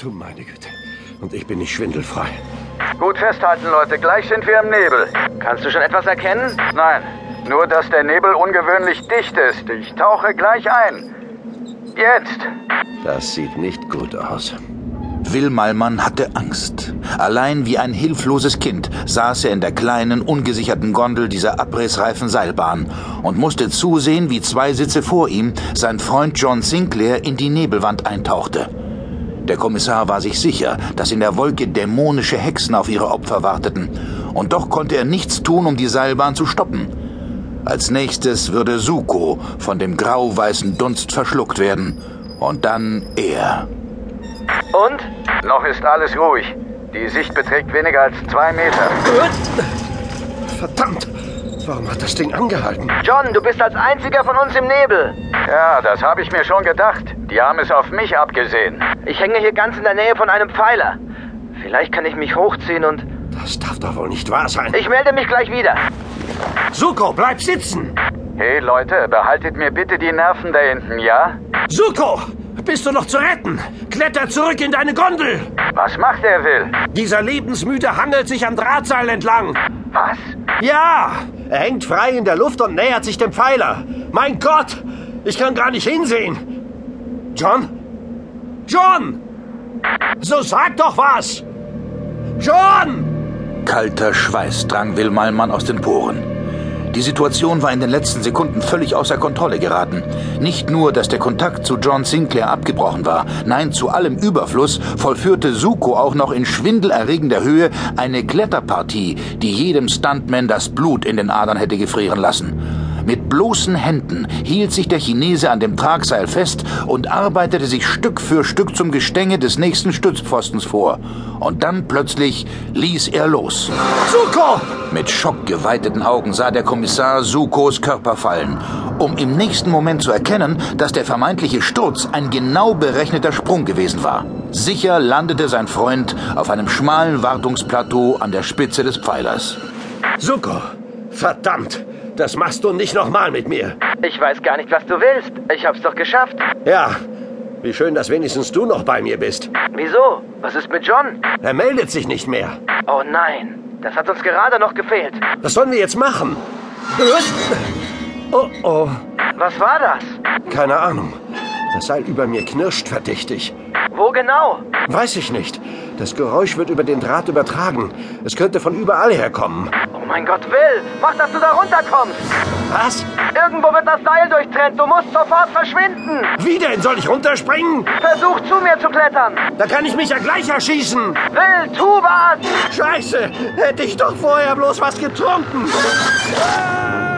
Du meine Güte. Und ich bin nicht schwindelfrei. Gut festhalten, Leute. Gleich sind wir im Nebel. Kannst du schon etwas erkennen? Nein, nur dass der Nebel ungewöhnlich dicht ist. Ich tauche gleich ein. Jetzt. Das sieht nicht gut aus. Will Malmann hatte Angst. Allein wie ein hilfloses Kind saß er in der kleinen, ungesicherten Gondel dieser abrissreifen Seilbahn und musste zusehen, wie zwei Sitze vor ihm sein Freund John Sinclair in die Nebelwand eintauchte. Der Kommissar war sich sicher, dass in der Wolke dämonische Hexen auf ihre Opfer warteten, und doch konnte er nichts tun, um die Seilbahn zu stoppen. Als nächstes würde Suko von dem grauweißen Dunst verschluckt werden, und dann er. Und? Noch ist alles ruhig. Die Sicht beträgt weniger als zwei Meter. Verdammt! Warum hat das Ding angehalten? John, du bist als einziger von uns im Nebel. Ja, das habe ich mir schon gedacht. Die haben es auf mich abgesehen. Ich hänge hier ganz in der Nähe von einem Pfeiler. Vielleicht kann ich mich hochziehen und... Das darf doch wohl nicht wahr sein. Ich melde mich gleich wieder. Suko, bleib sitzen! Hey Leute, behaltet mir bitte die Nerven da hinten, ja? Suko! Bist du noch zu retten? Kletter zurück in deine Gondel! Was macht er, Will? Dieser Lebensmüde hangelt sich am Drahtseil entlang. Was? Ja! Er hängt frei in der Luft und nähert sich dem Pfeiler. Mein Gott! Ich kann gar nicht hinsehen! John? John! So sag doch was! John! Kalter Schweiß drang Will Malmann aus den Poren. Die Situation war in den letzten Sekunden völlig außer Kontrolle geraten. Nicht nur, dass der Kontakt zu John Sinclair abgebrochen war, nein, zu allem Überfluss vollführte Suko auch noch in schwindelerregender Höhe eine Kletterpartie, die jedem Stuntman das Blut in den Adern hätte gefrieren lassen. Mit bloßen Händen hielt sich der Chinese an dem Tragseil fest und arbeitete sich Stück für Stück zum Gestänge des nächsten Stützpfostens vor. Und dann plötzlich ließ er los. Suko! Mit schockgeweiteten Augen sah der Kommissar Sukos Körper fallen, um im nächsten Moment zu erkennen, dass der vermeintliche Sturz ein genau berechneter Sprung gewesen war. Sicher landete sein Freund auf einem schmalen Wartungsplateau an der Spitze des Pfeilers. Suko! Verdammt! Das machst du nicht nochmal mit mir. Ich weiß gar nicht, was du willst. Ich hab's doch geschafft. Ja, wie schön, dass wenigstens du noch bei mir bist. Wieso? Was ist mit John? Er meldet sich nicht mehr. Oh nein, das hat uns gerade noch gefehlt. Was sollen wir jetzt machen? Oh oh, Was war das? keine Ahnung. Das Seil über mir knirscht verdächtig. Wo genau? Weiß ich nicht. Das Geräusch wird über den Draht übertragen. Es könnte von überall herkommen. Oh mein Gott, Will, mach, dass du da runterkommst. Was? Irgendwo wird das Seil durchtrennt. Du musst sofort verschwinden. Wie denn? Soll ich runterspringen? Versuch zu mir zu klettern. Da kann ich mich ja gleich erschießen. Will, tu was. Scheiße, hätte ich doch vorher bloß was getrunken. Ah!